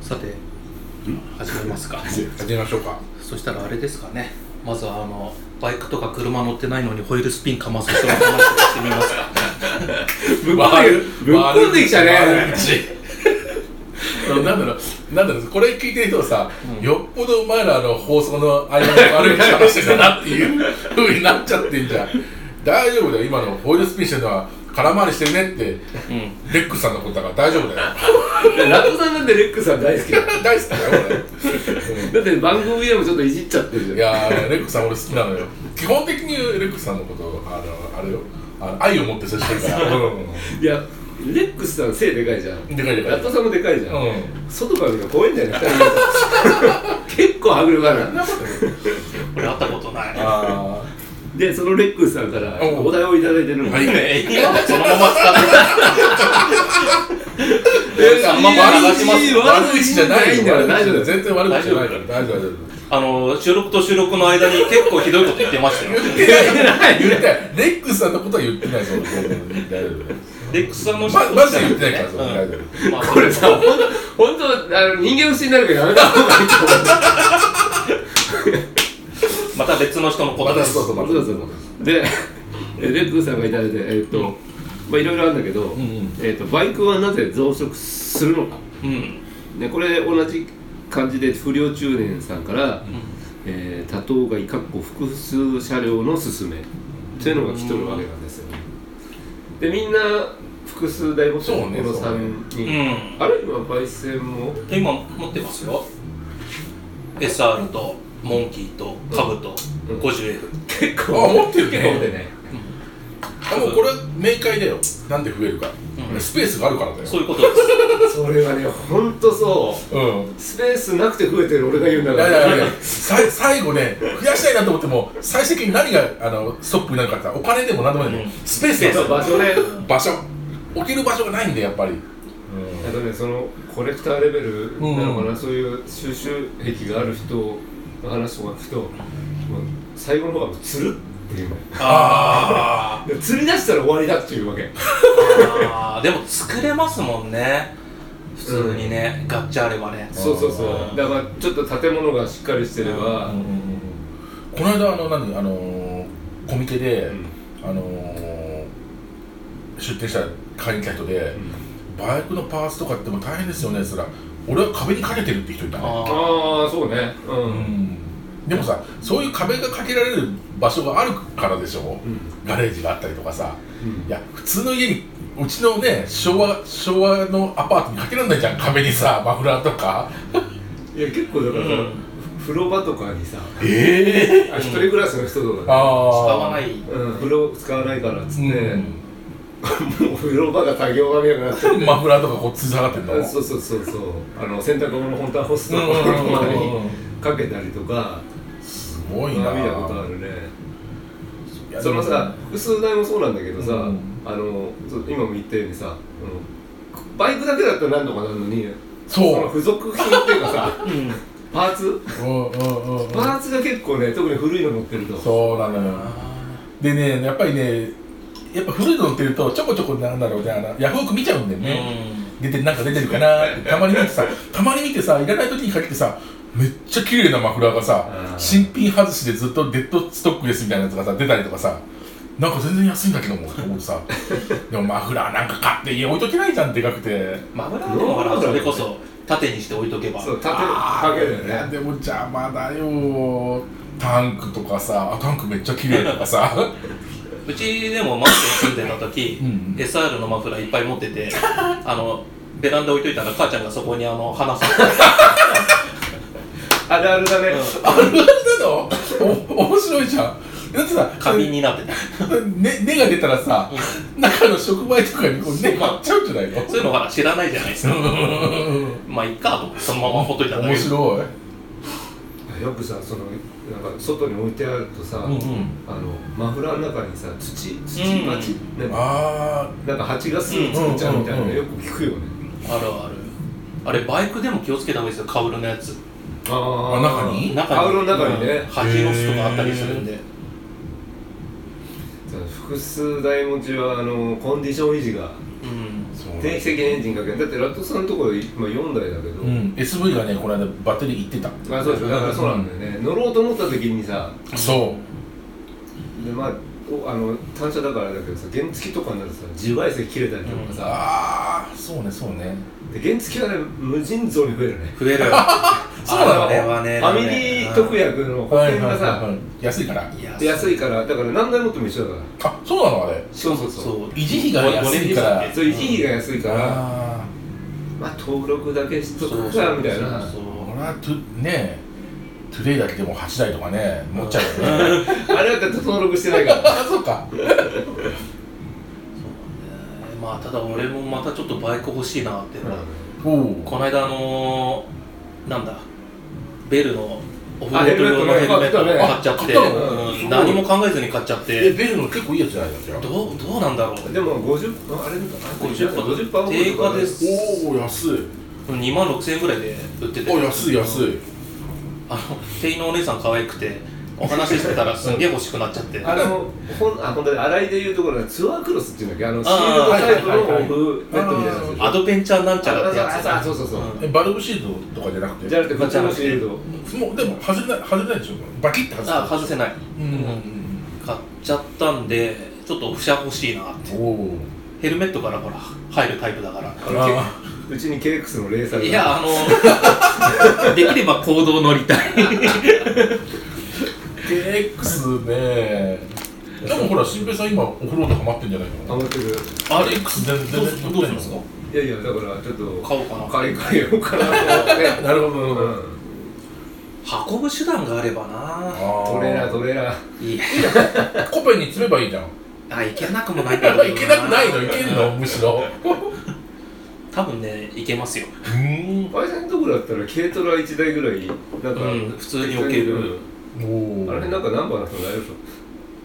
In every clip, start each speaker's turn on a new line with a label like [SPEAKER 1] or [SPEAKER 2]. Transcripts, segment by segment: [SPEAKER 1] さて始めますか
[SPEAKER 2] 始めましょうか
[SPEAKER 1] そしたらあれですかねまずはあのバイクとか車乗ってないのにホイールスピンかます人の話をしてみますか
[SPEAKER 2] ぶっ込んでぶっ込んできたね なんだろうなんだろうこれ聞いてる人はさ、よっぽどお前らの放送の合間に悪い話してたなっていうふうになっちゃってんじゃん大丈夫だよ今のホイールスピンしてるのは空回りしてるねって
[SPEAKER 1] うん
[SPEAKER 2] レックさんのことだから大丈夫だよ
[SPEAKER 3] ラブさんなんでレックさん大好きだよ
[SPEAKER 2] 大好きだよ
[SPEAKER 3] だって番組でもちょっといじっちゃってるじゃ
[SPEAKER 2] 俺
[SPEAKER 3] ん
[SPEAKER 2] いやーレックさん俺好きなのよ基本的にレックさんのことあのあれよあの愛を持って接してるから、う
[SPEAKER 3] いやレックスさん背でかいじゃん
[SPEAKER 2] ん、でかいでかい
[SPEAKER 3] ラットさんもでかいじゃん、
[SPEAKER 2] うん
[SPEAKER 3] 外から見たら怖いんだよ ね結構迫力あるな
[SPEAKER 1] 俺会った ことない
[SPEAKER 2] あ
[SPEAKER 3] でそのレックスさんから
[SPEAKER 2] おう
[SPEAKER 3] お題をいただいてるの、
[SPEAKER 2] あはい
[SPEAKER 1] 今そのまま使って
[SPEAKER 2] あんま悪口悪口じゃないよ
[SPEAKER 3] 大丈夫だよ
[SPEAKER 2] 全然悪口じゃないから大丈夫大丈夫
[SPEAKER 1] あの収録と収録の間に結構ひどいこと言ってましたよ
[SPEAKER 2] 言ってない言ってないレックスさんのことは言ってないそうそう大丈夫
[SPEAKER 1] レックスさんの
[SPEAKER 2] ままずは言ってないからそう
[SPEAKER 1] うん
[SPEAKER 2] 大丈
[SPEAKER 1] まあ
[SPEAKER 3] これさ本当本当あの人間の死になるからやめた方がいいと思う
[SPEAKER 1] また別の人のこと
[SPEAKER 2] ま
[SPEAKER 1] で
[SPEAKER 2] た
[SPEAKER 1] す
[SPEAKER 2] そうそうまた
[SPEAKER 3] そうそうそうでえレックさんがいただいてえっとまあいろいろあるんだけど、
[SPEAKER 2] ん
[SPEAKER 3] えっとバイクはなぜ増殖するのか
[SPEAKER 1] うん
[SPEAKER 3] ね、これ同じ感じで不良中年さんから、えー多頭飼いかっこ複数車両の勧めというのが来てるわけなんですよ、でみんな複数台持ってる
[SPEAKER 2] そうね
[SPEAKER 3] この
[SPEAKER 2] そうね
[SPEAKER 3] 3
[SPEAKER 1] う
[SPEAKER 3] 人、
[SPEAKER 1] ん
[SPEAKER 3] あるいは焙煎も
[SPEAKER 1] 今持ってますよ SR とモンキーとカブと 50F
[SPEAKER 3] 結
[SPEAKER 2] あ持ってるね
[SPEAKER 3] 結構持ってね
[SPEAKER 2] 夫でもこれ明快だよなんで増えるか
[SPEAKER 1] うん
[SPEAKER 2] スペースがあるからだよ
[SPEAKER 1] そういうことです
[SPEAKER 3] それはねほんとそう
[SPEAKER 2] うん
[SPEAKER 3] スペースなくて増えてる俺が言うんだ
[SPEAKER 2] い
[SPEAKER 3] か
[SPEAKER 2] やい
[SPEAKER 3] ら
[SPEAKER 2] やい やさい最後ね増やしたいなと思っても最終的に何があのストップになるかってお金でも何でもない
[SPEAKER 1] うん
[SPEAKER 2] スペースが
[SPEAKER 3] 場所ね
[SPEAKER 2] 場所置ける場所がないんでやっぱり
[SPEAKER 3] あとねそのコレクターレベル
[SPEAKER 2] うん
[SPEAKER 3] なのかな、そういう収集癖がある人の話とか聞くと、もう最後の方は釣るっていうね
[SPEAKER 1] あ
[SPEAKER 3] で釣り出したら終わりだっていうわけ
[SPEAKER 1] あーでも作れますもんね普通にね、ガッチャあればね
[SPEAKER 3] そうそう
[SPEAKER 2] あ
[SPEAKER 3] そ
[SPEAKER 2] ー
[SPEAKER 3] うだからちょっと建物がしっかりしてれば、
[SPEAKER 2] この間あの何あのーコミケで、
[SPEAKER 3] うん
[SPEAKER 2] あのー出店した買いに来た人で、バイクのパーツとかっても大変ですよねっつったら俺は壁にかけてるって人いたね
[SPEAKER 1] あ
[SPEAKER 3] ああそうねうん、
[SPEAKER 2] うんでもさそういう壁がかけられる場所があるからでしょ、
[SPEAKER 3] うん
[SPEAKER 2] ガレージがあったりとかさ
[SPEAKER 3] うん
[SPEAKER 2] いや普通の家にうちのね昭和昭和のアパートにかけられないじゃん壁にさマフラーとか
[SPEAKER 3] いや結構だからさ、
[SPEAKER 1] うん
[SPEAKER 3] 風呂場とかにさあ
[SPEAKER 2] ええ
[SPEAKER 3] 一人暮らしの人とかね、
[SPEAKER 2] ああ
[SPEAKER 1] 使わない
[SPEAKER 3] うん、風呂使わないからっつって、
[SPEAKER 2] うん
[SPEAKER 3] もう風呂場が作業場みたいになってる
[SPEAKER 2] マフラーとかこうつり下がってんの
[SPEAKER 3] あそうそうそうそうあの洗濯物の本当は干す
[SPEAKER 2] う
[SPEAKER 3] と
[SPEAKER 2] ん
[SPEAKER 3] ころとか
[SPEAKER 2] うんうんう
[SPEAKER 3] に
[SPEAKER 2] ん
[SPEAKER 3] かけたりとか
[SPEAKER 2] すご
[SPEAKER 3] 見
[SPEAKER 2] い
[SPEAKER 3] た
[SPEAKER 2] な
[SPEAKER 3] ことあるね
[SPEAKER 2] いや
[SPEAKER 3] そのさ複数台もそうなんだけどさ、
[SPEAKER 2] うん
[SPEAKER 3] あのそう今も言ったようにさ、あのバイクだけだったらなんとかなるのに
[SPEAKER 2] そう
[SPEAKER 3] の付属品っていうかさ
[SPEAKER 1] うん
[SPEAKER 3] パーツ
[SPEAKER 2] うんうんうん
[SPEAKER 3] パーツが結構ね特に古いの乗ってると
[SPEAKER 2] そうなのよでねやっぱりねやっぱ古いの乗ってるとちょこちょこなんだろうねあのヤフオク見ちゃうんだよね、出てなんか出てるかなってたまに見てさたまに見てさいらない時に限ってさめっちゃ綺麗なマフラーがさ
[SPEAKER 3] うん
[SPEAKER 2] 新品外しでずっとデッドストックですみたいなやつがさ出たりとかさなんか全然安いんだけどもと思って さでもマフラーなんか買って家置いとけないじゃんでかくて
[SPEAKER 1] マブラーでもほらそれこそ縦にして置いとけば
[SPEAKER 3] そう縦かけるよね
[SPEAKER 2] でも邪魔だよタンクとかさあタンクめっちゃ綺麗とか さ
[SPEAKER 1] うちでもマンション住んでた時、
[SPEAKER 2] うんうん
[SPEAKER 1] SR のマフラーいっぱい持っててあのベランダ置いといたら母ちゃんがそこにあの話 す
[SPEAKER 3] あるあるだね、
[SPEAKER 2] あるあるなのお面白いじゃんだってさ
[SPEAKER 1] 花瓶になってた
[SPEAKER 2] ね根が出たらさ中の触媒とかにこう根張っちゃうんじゃないの
[SPEAKER 1] そういうのほら知らないじゃないですか
[SPEAKER 2] うん
[SPEAKER 1] まあいっかと思ってそのままほっといたんだ
[SPEAKER 2] 面
[SPEAKER 1] けど
[SPEAKER 2] 白
[SPEAKER 3] よくさそのなんか外に置いてあるとさ、
[SPEAKER 2] い、うんうん、
[SPEAKER 3] あのマフラーの中にさ土土鉢、なんか
[SPEAKER 2] あ
[SPEAKER 3] なんか蜂が巣作っちゃうみたいなの
[SPEAKER 2] うんうんうんう
[SPEAKER 3] よ
[SPEAKER 2] ん
[SPEAKER 3] く聞くよね
[SPEAKER 1] あるあるあれバイクでも気をつけた方がいいですよカウルのやつ
[SPEAKER 3] あ
[SPEAKER 2] 中に
[SPEAKER 1] 中
[SPEAKER 3] タオルの中にね
[SPEAKER 1] 恥の巣とかあったりするんで
[SPEAKER 3] 複数台持ちはあのコンディション維持が
[SPEAKER 1] うん
[SPEAKER 2] ーそそう
[SPEAKER 3] 定期的にエンジンかけるだってラットさんのところ今4台だけど、
[SPEAKER 2] うん、SV がねこの間バッテリーいってた
[SPEAKER 3] あそうでしょだからそうなんだよね、乗ろうと思った時にさ
[SPEAKER 2] そ
[SPEAKER 3] でまあおあの単車だからだけどさ原付とかになるとさ自賠責切れたりとか
[SPEAKER 2] う
[SPEAKER 3] さ、
[SPEAKER 2] ああそうねそうね
[SPEAKER 3] で原付はね無尽蔵に増えるね
[SPEAKER 1] 増える
[SPEAKER 2] そうなの
[SPEAKER 1] あれはね
[SPEAKER 3] ファミリー特約の保険がさ
[SPEAKER 2] 安いから
[SPEAKER 1] いや
[SPEAKER 3] で安いからだから何台持っても一緒だから
[SPEAKER 2] あそうなのあれ
[SPEAKER 3] そうそう
[SPEAKER 1] そうう
[SPEAKER 2] 維持費が安いから
[SPEAKER 3] そう維持費が安いから、
[SPEAKER 2] あ
[SPEAKER 3] まあ登録だけしと
[SPEAKER 1] そう
[SPEAKER 3] く
[SPEAKER 1] そ
[SPEAKER 3] か
[SPEAKER 1] う
[SPEAKER 3] みたいな
[SPEAKER 1] そう
[SPEAKER 2] あ俺はトゥねえトゥデイだけでも8台とかね持っちゃうよね
[SPEAKER 3] あれだって登録してないから
[SPEAKER 2] あ そうか
[SPEAKER 1] そうねまあただ俺もまたちょっとバイク欲しいなっていうのは、
[SPEAKER 2] おお
[SPEAKER 1] この間あのー、なんだベルのオフロ
[SPEAKER 3] あ
[SPEAKER 1] ード用のヘ
[SPEAKER 3] ヘ
[SPEAKER 1] ル
[SPEAKER 3] ル
[SPEAKER 1] メ
[SPEAKER 3] メ
[SPEAKER 1] ッ
[SPEAKER 3] ッ
[SPEAKER 1] ト
[SPEAKER 3] ト
[SPEAKER 1] を
[SPEAKER 3] ね
[SPEAKER 1] 買っちゃって、
[SPEAKER 2] 買った
[SPEAKER 1] う
[SPEAKER 2] の
[SPEAKER 1] ん何も考えずに買っちゃって
[SPEAKER 2] えベルの結構いいやつじゃないですか
[SPEAKER 1] どうどうなんだろう
[SPEAKER 3] でも50ああれ
[SPEAKER 1] 50%
[SPEAKER 3] パー50%
[SPEAKER 1] 定価です
[SPEAKER 2] おお安い
[SPEAKER 1] 2万6000円ぐらいで売ってて
[SPEAKER 2] お安い安い
[SPEAKER 1] あの店員のお姉さん可愛くてお話ししてたらすんげえ欲しくなっちゃって
[SPEAKER 3] あのほんあ本当に新井でいうところのツアークロスっていうんだっけあのシールドタイプのオフネットみたいなやつでしょ
[SPEAKER 1] アドベンチャーなんちゃらってや
[SPEAKER 3] あ
[SPEAKER 1] つ
[SPEAKER 3] そうそうそうそう
[SPEAKER 1] うん
[SPEAKER 2] えバルブシールドとかじゃなくて
[SPEAKER 3] じゃなくてこっちのシールド
[SPEAKER 2] もうでも外れない外れないでしょバキッて外す
[SPEAKER 1] あ外せない
[SPEAKER 2] うんうん
[SPEAKER 1] 買っちゃったんでちょっとオフ車欲しいなって
[SPEAKER 2] うんおお
[SPEAKER 1] ヘルメットからほら入るタイプだから
[SPEAKER 3] あのけうちに KX のレーサーが
[SPEAKER 1] いやあの できれば行動乗りたい
[SPEAKER 2] KX ねでもほら新平さん今オフロードハマってんじゃない
[SPEAKER 3] ハ
[SPEAKER 2] の
[SPEAKER 3] マってる
[SPEAKER 2] ?RX 全然
[SPEAKER 1] どうすどうするんですか
[SPEAKER 3] いやいやだからちょっと
[SPEAKER 1] 買おうかな
[SPEAKER 3] 借り替えようかなと思って
[SPEAKER 2] なるほ
[SPEAKER 3] う
[SPEAKER 2] どなるほど
[SPEAKER 3] ん
[SPEAKER 1] 運ぶ手段があればな
[SPEAKER 2] あ
[SPEAKER 3] トレーラートレーラー
[SPEAKER 1] いや
[SPEAKER 2] コペンに積めばいいじゃん
[SPEAKER 1] あいけなくもないんだ
[SPEAKER 2] や
[SPEAKER 1] け
[SPEAKER 2] っ
[SPEAKER 1] ど
[SPEAKER 2] ぱいけなくないのいけんのむし ろ
[SPEAKER 1] 多分ねいけますよ
[SPEAKER 2] うん
[SPEAKER 3] パイセンとこだったら軽トラ1台ぐらいなんか、
[SPEAKER 1] うん普通に置ける
[SPEAKER 2] おお
[SPEAKER 3] あれなんかナンバーの人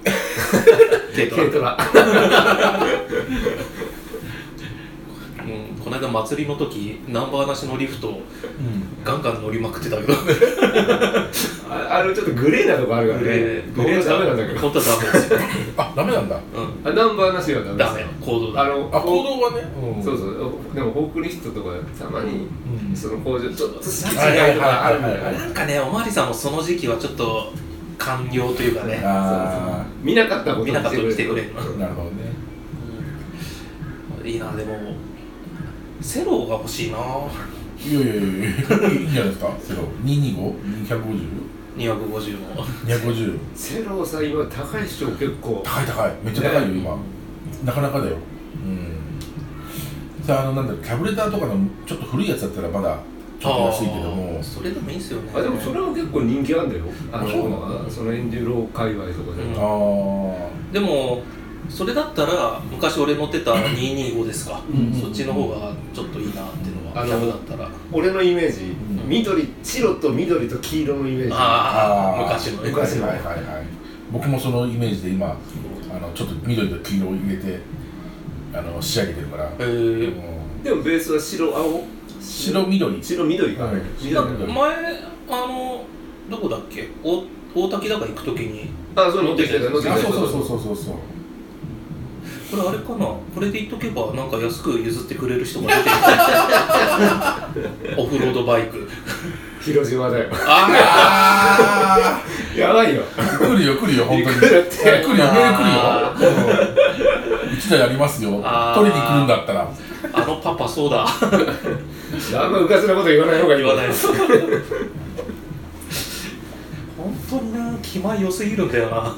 [SPEAKER 3] 大丈
[SPEAKER 1] 軽
[SPEAKER 3] 夫
[SPEAKER 1] トラ
[SPEAKER 3] 軽トラ
[SPEAKER 1] うん、この間祭りの時ナンバーなしのリフト
[SPEAKER 2] うん
[SPEAKER 1] ガンガン乗りまくってたけど
[SPEAKER 3] ああれちょっとグレーなとこあるからねグレーダメなんだけど
[SPEAKER 1] 本当はダメ ですよ、
[SPEAKER 2] あダメなんだ
[SPEAKER 1] う
[SPEAKER 3] あナンバーなしはダメ
[SPEAKER 1] ん、
[SPEAKER 3] です
[SPEAKER 1] ダメ行動
[SPEAKER 3] あ
[SPEAKER 1] だ
[SPEAKER 3] の
[SPEAKER 2] あ行動はねうん
[SPEAKER 3] そうそうでもフォークリフトとかたまに
[SPEAKER 2] うん
[SPEAKER 3] その工場ちょっと隙
[SPEAKER 2] はいはい
[SPEAKER 3] 違
[SPEAKER 2] はい
[SPEAKER 3] いとかある
[SPEAKER 2] はいはい
[SPEAKER 1] なんかねおまわりさんもその時期はちょっと官僚というかね
[SPEAKER 2] あ
[SPEAKER 3] 見なかったこと
[SPEAKER 1] 見なかったら来てくれ
[SPEAKER 2] あなるほどね
[SPEAKER 1] いいなでもセローが欲しいない
[SPEAKER 2] やいやいやいやいいんじゃないですかそれ225250
[SPEAKER 1] 250の
[SPEAKER 2] 250
[SPEAKER 3] セローさん今高いっしょ結構
[SPEAKER 2] 高い高いめっちゃ高いよ今なかなかだようんさああのなんだろうキャブレターとかのちょっと古いやつだったらまだちょっと安いけど
[SPEAKER 1] あ
[SPEAKER 2] も
[SPEAKER 1] ーそれでもいいですよね
[SPEAKER 3] あでもそれも結構人気あんだよあ
[SPEAKER 2] あそうな
[SPEAKER 3] のそのエンデュロー界隈とかで、
[SPEAKER 1] うん
[SPEAKER 2] あ
[SPEAKER 1] でもそれだったら昔俺乗ってた225ですか、
[SPEAKER 2] うん
[SPEAKER 1] そっちの方がちょっといいなっていうのは
[SPEAKER 3] あの
[SPEAKER 1] キャブだったら
[SPEAKER 3] 俺のイメージ、
[SPEAKER 2] ん
[SPEAKER 3] 緑白と緑と黄色のイメージ
[SPEAKER 1] あ
[SPEAKER 2] あ
[SPEAKER 1] あ
[SPEAKER 2] ー
[SPEAKER 1] 昔のね
[SPEAKER 3] 昔
[SPEAKER 2] はいはいはいはい僕もそのイメージで今あのちょっと緑と黄色を入れてあの仕上げてるから、
[SPEAKER 1] え
[SPEAKER 2] う
[SPEAKER 1] ー
[SPEAKER 2] ん
[SPEAKER 3] でもベースは白青
[SPEAKER 2] 白緑
[SPEAKER 3] 白緑か、
[SPEAKER 2] はい
[SPEAKER 3] 緑
[SPEAKER 1] な
[SPEAKER 3] か
[SPEAKER 1] んか前あのどこだっけお大滝だか行く時に
[SPEAKER 3] あそう乗ってきた乗ってきた
[SPEAKER 2] あそうそうそうそうそうそう
[SPEAKER 1] これあれかなこれで言っとけばなんか安く譲ってくれる人が出て るオフロードバイク
[SPEAKER 3] 広島だよ
[SPEAKER 1] あ
[SPEAKER 2] あ
[SPEAKER 3] やばいよ
[SPEAKER 2] あ来るよ来るよ本当に
[SPEAKER 3] 来るって
[SPEAKER 2] いや来るよメール来るよ、うん、1台ありますよ取りに
[SPEAKER 1] あー
[SPEAKER 2] 来るんだったら
[SPEAKER 1] ああのパパそうだ
[SPEAKER 3] あんまうかつなこと言わない方がいい
[SPEAKER 1] 言わないです本当にな気前良すぎるんだよな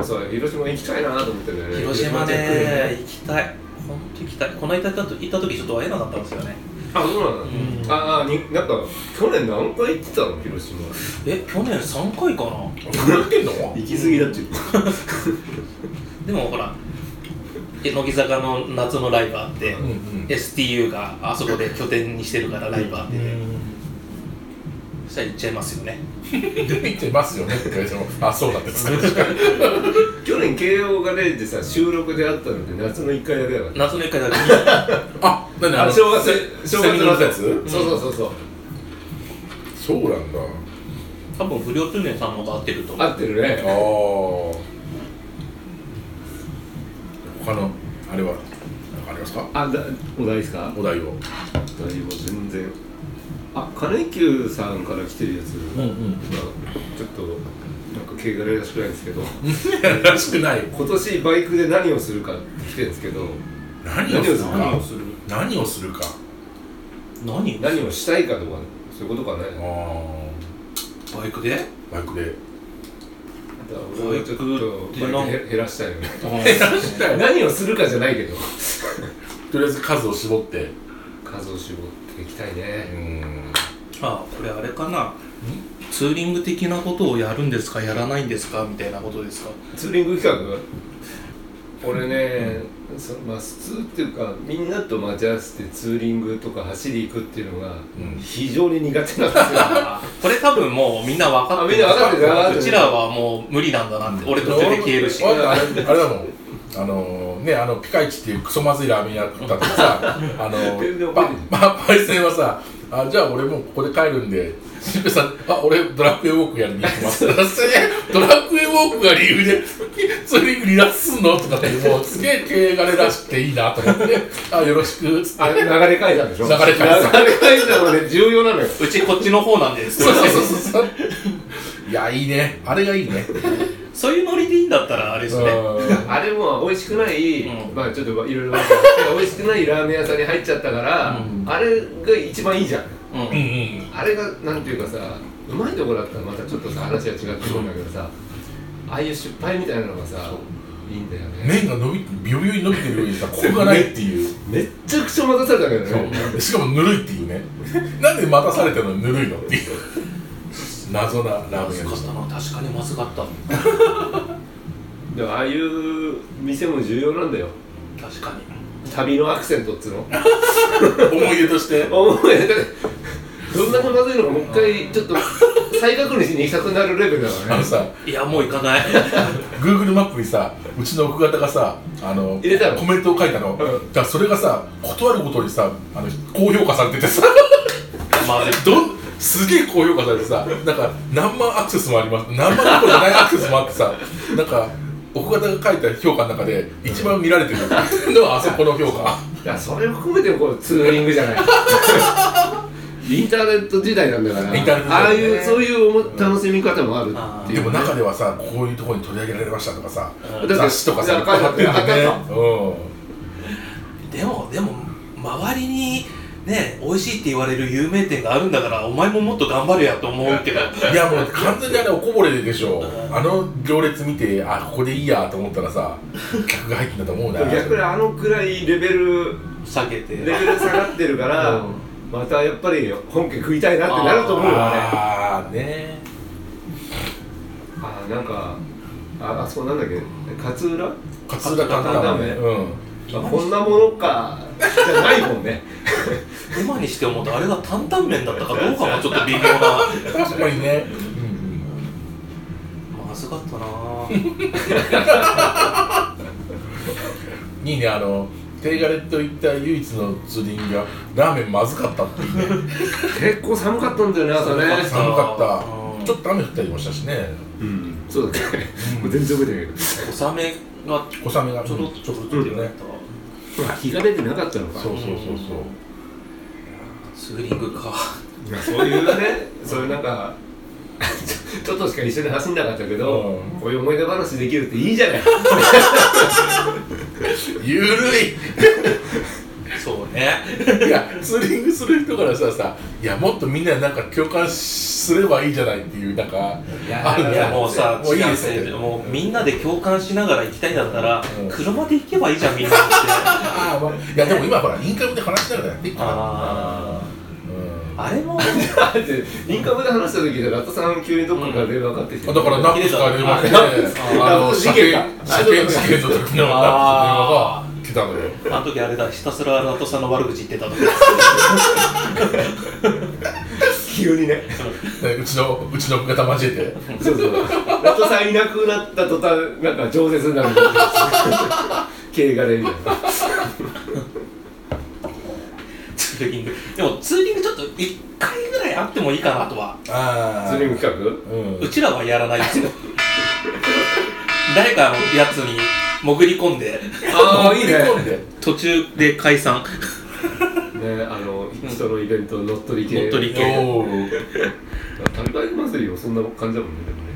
[SPEAKER 3] あそう広島行きたいなと思ってるね
[SPEAKER 1] 広島
[SPEAKER 3] 行ってる
[SPEAKER 1] ね行きたい本当行きたいこの間だと行った時ちょっと会えなかったんですよね
[SPEAKER 3] あそうなんだ、ああになんか去年何回行ってたの広島
[SPEAKER 1] え去年3回かな
[SPEAKER 2] それってんの
[SPEAKER 3] 行き過ぎだっていう
[SPEAKER 1] でもほら乃木坂の夏のライブあって、
[SPEAKER 2] うんうん
[SPEAKER 1] STU があそこで拠点にしてるからライブあってね、そしたら行っちゃいますよね
[SPEAKER 2] できてますよねって言われてもあそうなんですか
[SPEAKER 3] 去年慶応がねでさ収録であったので夏の1回だけだから
[SPEAKER 1] 夏の1回だけ
[SPEAKER 2] あ何
[SPEAKER 3] あ正月
[SPEAKER 2] セ
[SPEAKER 3] 正月
[SPEAKER 2] セミ
[SPEAKER 3] の
[SPEAKER 2] の
[SPEAKER 3] 後
[SPEAKER 2] やつ
[SPEAKER 3] そうそうそうそう
[SPEAKER 2] そうなんだ
[SPEAKER 1] 多分不良中年さんの方が合ってると思う
[SPEAKER 3] 合ってるね
[SPEAKER 2] ああ他のあれはあれりますか
[SPEAKER 3] あだお題ですか
[SPEAKER 2] お
[SPEAKER 3] お
[SPEAKER 2] 題を
[SPEAKER 3] 題も全然あ金井久さんから来てるやつ、
[SPEAKER 2] う
[SPEAKER 3] ま
[SPEAKER 2] んうん
[SPEAKER 3] あちょっとなんか軽々らしくないんですけど
[SPEAKER 2] らしくない
[SPEAKER 3] 今年バイクで何をするかって来てるんですけど
[SPEAKER 2] 何をする
[SPEAKER 3] 何
[SPEAKER 2] か
[SPEAKER 1] をする
[SPEAKER 2] 何をするか
[SPEAKER 1] 何を
[SPEAKER 3] 何をしたいかとかそういうことかね
[SPEAKER 2] あ
[SPEAKER 3] だから
[SPEAKER 1] バイクで
[SPEAKER 2] バイクで
[SPEAKER 3] 俺はちょっとバイクへ減らしたいよね何をするかじゃないけど
[SPEAKER 2] とりあえず数を絞って
[SPEAKER 3] 数を絞っていきたいうね
[SPEAKER 2] ん
[SPEAKER 1] あこれあれかなツーリング的なことをやるんですかやらないんですかみたいなことですか
[SPEAKER 3] ツーリング企画俺ね、そまあ普通っていうかみんなと待ち合わせてツーリングとか走り行くっていうのが
[SPEAKER 2] うん
[SPEAKER 3] 非常に苦手なん ですよ
[SPEAKER 1] これ多分もうみんな分かってる
[SPEAKER 3] あみんな分かってるな
[SPEAKER 1] うちらはもう無理なんだなって、俺途中で消えるし
[SPEAKER 2] 俺俺あれあれだもんあのねあのピカイチっていうクソまずいラーメン屋食ったのにさあ
[SPEAKER 3] 全然
[SPEAKER 2] の
[SPEAKER 3] 覚え
[SPEAKER 2] パ
[SPEAKER 3] てない
[SPEAKER 2] パパイセンはさあじゃあ俺もうここで帰るんでしんぺさんあ俺ドラクエウォークやりに行きますドラクエウォークが理由でそれに離脱すんのとかってもうすげえ経営がれらしくていいなと思ってあよろしくっつって
[SPEAKER 3] あれ流れ階段でしょ
[SPEAKER 2] 流れ階段
[SPEAKER 3] 流れ階段はね重要なのよ
[SPEAKER 1] うちこっちの方なんです
[SPEAKER 2] そうそうそうそういやいいねあれがいいね
[SPEAKER 1] そういうノリでいいんだったらあれですね
[SPEAKER 2] う
[SPEAKER 3] あれも美味しくない、
[SPEAKER 1] うん
[SPEAKER 3] まあちょっといろいろ美味しくないラーメン屋さんに入っちゃったから、
[SPEAKER 1] うん
[SPEAKER 3] あれが一番いいじゃん
[SPEAKER 1] うん、
[SPEAKER 2] んうん
[SPEAKER 3] あれがなんていうかさうまいとこだったらまたちょっとさ話が違ってくるんだけどさああいう失敗みたいなのがさいいんだよね
[SPEAKER 2] 麺が伸びビヨビヨに伸びてるようにさコクがないっていう
[SPEAKER 3] めっちゃくちゃ待たされたけどね
[SPEAKER 2] そうしかもぬるいっていうねなんで待たされたのにぬるいのっていう謎なラー
[SPEAKER 1] ま
[SPEAKER 2] メン
[SPEAKER 1] ず
[SPEAKER 2] 屋
[SPEAKER 1] か
[SPEAKER 2] で
[SPEAKER 1] っ
[SPEAKER 2] したた
[SPEAKER 1] な確かにまずかった
[SPEAKER 3] でもああいう店も重要なんだよ
[SPEAKER 1] 確かに
[SPEAKER 3] 旅のアクセントっつうの
[SPEAKER 2] 思い出として
[SPEAKER 3] 思い出どんだけまずいのかもう一回ちょっと再確認しに行きたくなるレベルだか
[SPEAKER 2] あ
[SPEAKER 3] ら
[SPEAKER 2] の
[SPEAKER 3] ね
[SPEAKER 2] さ
[SPEAKER 1] いやもう行か ない
[SPEAKER 2] Google マップにさうちの奥方がさあの
[SPEAKER 3] 入れたの
[SPEAKER 2] コメントを書いたの、
[SPEAKER 3] ん
[SPEAKER 2] だからそれがさ断るごとにさあの高評価されててさ
[SPEAKER 1] まずい
[SPEAKER 2] どんすげえ高評価されてさなんか何万アクセスもあります何万どころじゃないアクセスもあってさなんか奥方が書いた評価の中で一番見られてるのはあそこの評価
[SPEAKER 3] いやそれを含めてこうツーリングじゃないインターネット時代なんだから
[SPEAKER 2] インターネット時代
[SPEAKER 3] ああいうそういうおも楽しみ方もあるってい
[SPEAKER 2] で
[SPEAKER 3] う
[SPEAKER 2] も中ではさこういうところに取り上げられましたとかさ
[SPEAKER 1] も
[SPEAKER 3] だって
[SPEAKER 2] 雑誌とかさ
[SPEAKER 3] だから
[SPEAKER 2] 貼ってるんでね
[SPEAKER 3] だか
[SPEAKER 1] でもでも周りにね美味しいって言われる有名店があるんだからお前ももっと頑張れやと思うけど
[SPEAKER 2] うんいやもう完全にあれおこぼれでしょ
[SPEAKER 1] ん
[SPEAKER 2] あの行列見てあここでいいやと思ったらさ客が入ってんだと思うな
[SPEAKER 3] 逆にあのくらいレベル
[SPEAKER 1] 下げて
[SPEAKER 3] レベル下がってるから、
[SPEAKER 1] うん
[SPEAKER 3] またやっぱり本家食いたいなってなると思うよねあ
[SPEAKER 2] ああね
[SPEAKER 3] あなんかああそこなんだっけ勝浦
[SPEAKER 2] 勝浦担々麺うん
[SPEAKER 3] あこんなものかじゃないもんね
[SPEAKER 1] 今にして思うとあれが担々麺だったかどうかもちょっと微妙な
[SPEAKER 2] 確かにねうん
[SPEAKER 1] まずかったなぁ
[SPEAKER 2] いいねあのテイガレといった唯一の釣り人がラーメンまずかったっ ていうね
[SPEAKER 3] 結構寒かったんだよね朝ね
[SPEAKER 2] 寒か
[SPEAKER 1] うん
[SPEAKER 2] ったちょっと雨降ったりもしたしね
[SPEAKER 3] うんそうだっけ、もう全然覚えてないけ
[SPEAKER 1] 小雨が
[SPEAKER 2] 小雨が
[SPEAKER 1] ちょろっとちょろっと出て
[SPEAKER 2] ね
[SPEAKER 1] ね
[SPEAKER 3] どほら日が出てなかったのか
[SPEAKER 2] そうそうそうそう
[SPEAKER 1] ツーリングか
[SPEAKER 3] いやそういうね、 そういうなんか、ちょちょっとしか一緒に走んなかったけど、
[SPEAKER 2] うん
[SPEAKER 3] こういう思い出話できるっていいじゃない。
[SPEAKER 2] ゆるい
[SPEAKER 1] そうね
[SPEAKER 2] いやツーリングする人からしたらさいやもっとみんななんか共感すればいいじゃないっていうなんか
[SPEAKER 3] いや
[SPEAKER 2] ある
[SPEAKER 1] いやもうさ
[SPEAKER 2] もういい
[SPEAKER 1] 違う
[SPEAKER 2] ですね
[SPEAKER 1] もうみんなで共感しながら行きたいんだったら、
[SPEAKER 2] うん
[SPEAKER 1] 車で行けばいいじゃんみんなって
[SPEAKER 2] ああ、まあ、いやでも今ほらインカムで話しながらやっていくから
[SPEAKER 1] あ
[SPEAKER 2] うん
[SPEAKER 1] ああれも
[SPEAKER 3] だって、インカムで話した時で、ラットさん急にどっかから電話かかってきて、
[SPEAKER 2] だからナックスが出ましてね
[SPEAKER 1] あ
[SPEAKER 2] あの
[SPEAKER 3] 事
[SPEAKER 2] 車
[SPEAKER 3] 件
[SPEAKER 2] 検
[SPEAKER 3] だ
[SPEAKER 2] 車検事件の時の
[SPEAKER 1] あ
[SPEAKER 2] ナックスの電話が来たのよ
[SPEAKER 1] あの時あれだひたすらラトさんの悪口言ってたとか
[SPEAKER 3] 急にね、
[SPEAKER 2] ねうちのうちの方交えて
[SPEAKER 3] そうそう、ラットさんいなくなった途端、なんか饒舌になるみたいな、経営がれみたいな。
[SPEAKER 1] ツーリングでもツーリングちょっと1回ぐらいあってもいいかなとは
[SPEAKER 2] あ
[SPEAKER 3] ツーリング企
[SPEAKER 2] うん
[SPEAKER 1] うちらはやらないですよ誰かのやつに潜り込んで
[SPEAKER 3] ああいいね
[SPEAKER 2] 潜り込んで
[SPEAKER 1] 途中で解散
[SPEAKER 3] ねあの人のイベント乗っ取り系
[SPEAKER 1] 乗っ取り系
[SPEAKER 2] おお
[SPEAKER 3] 大概まずいよそんな感じだもんねでもね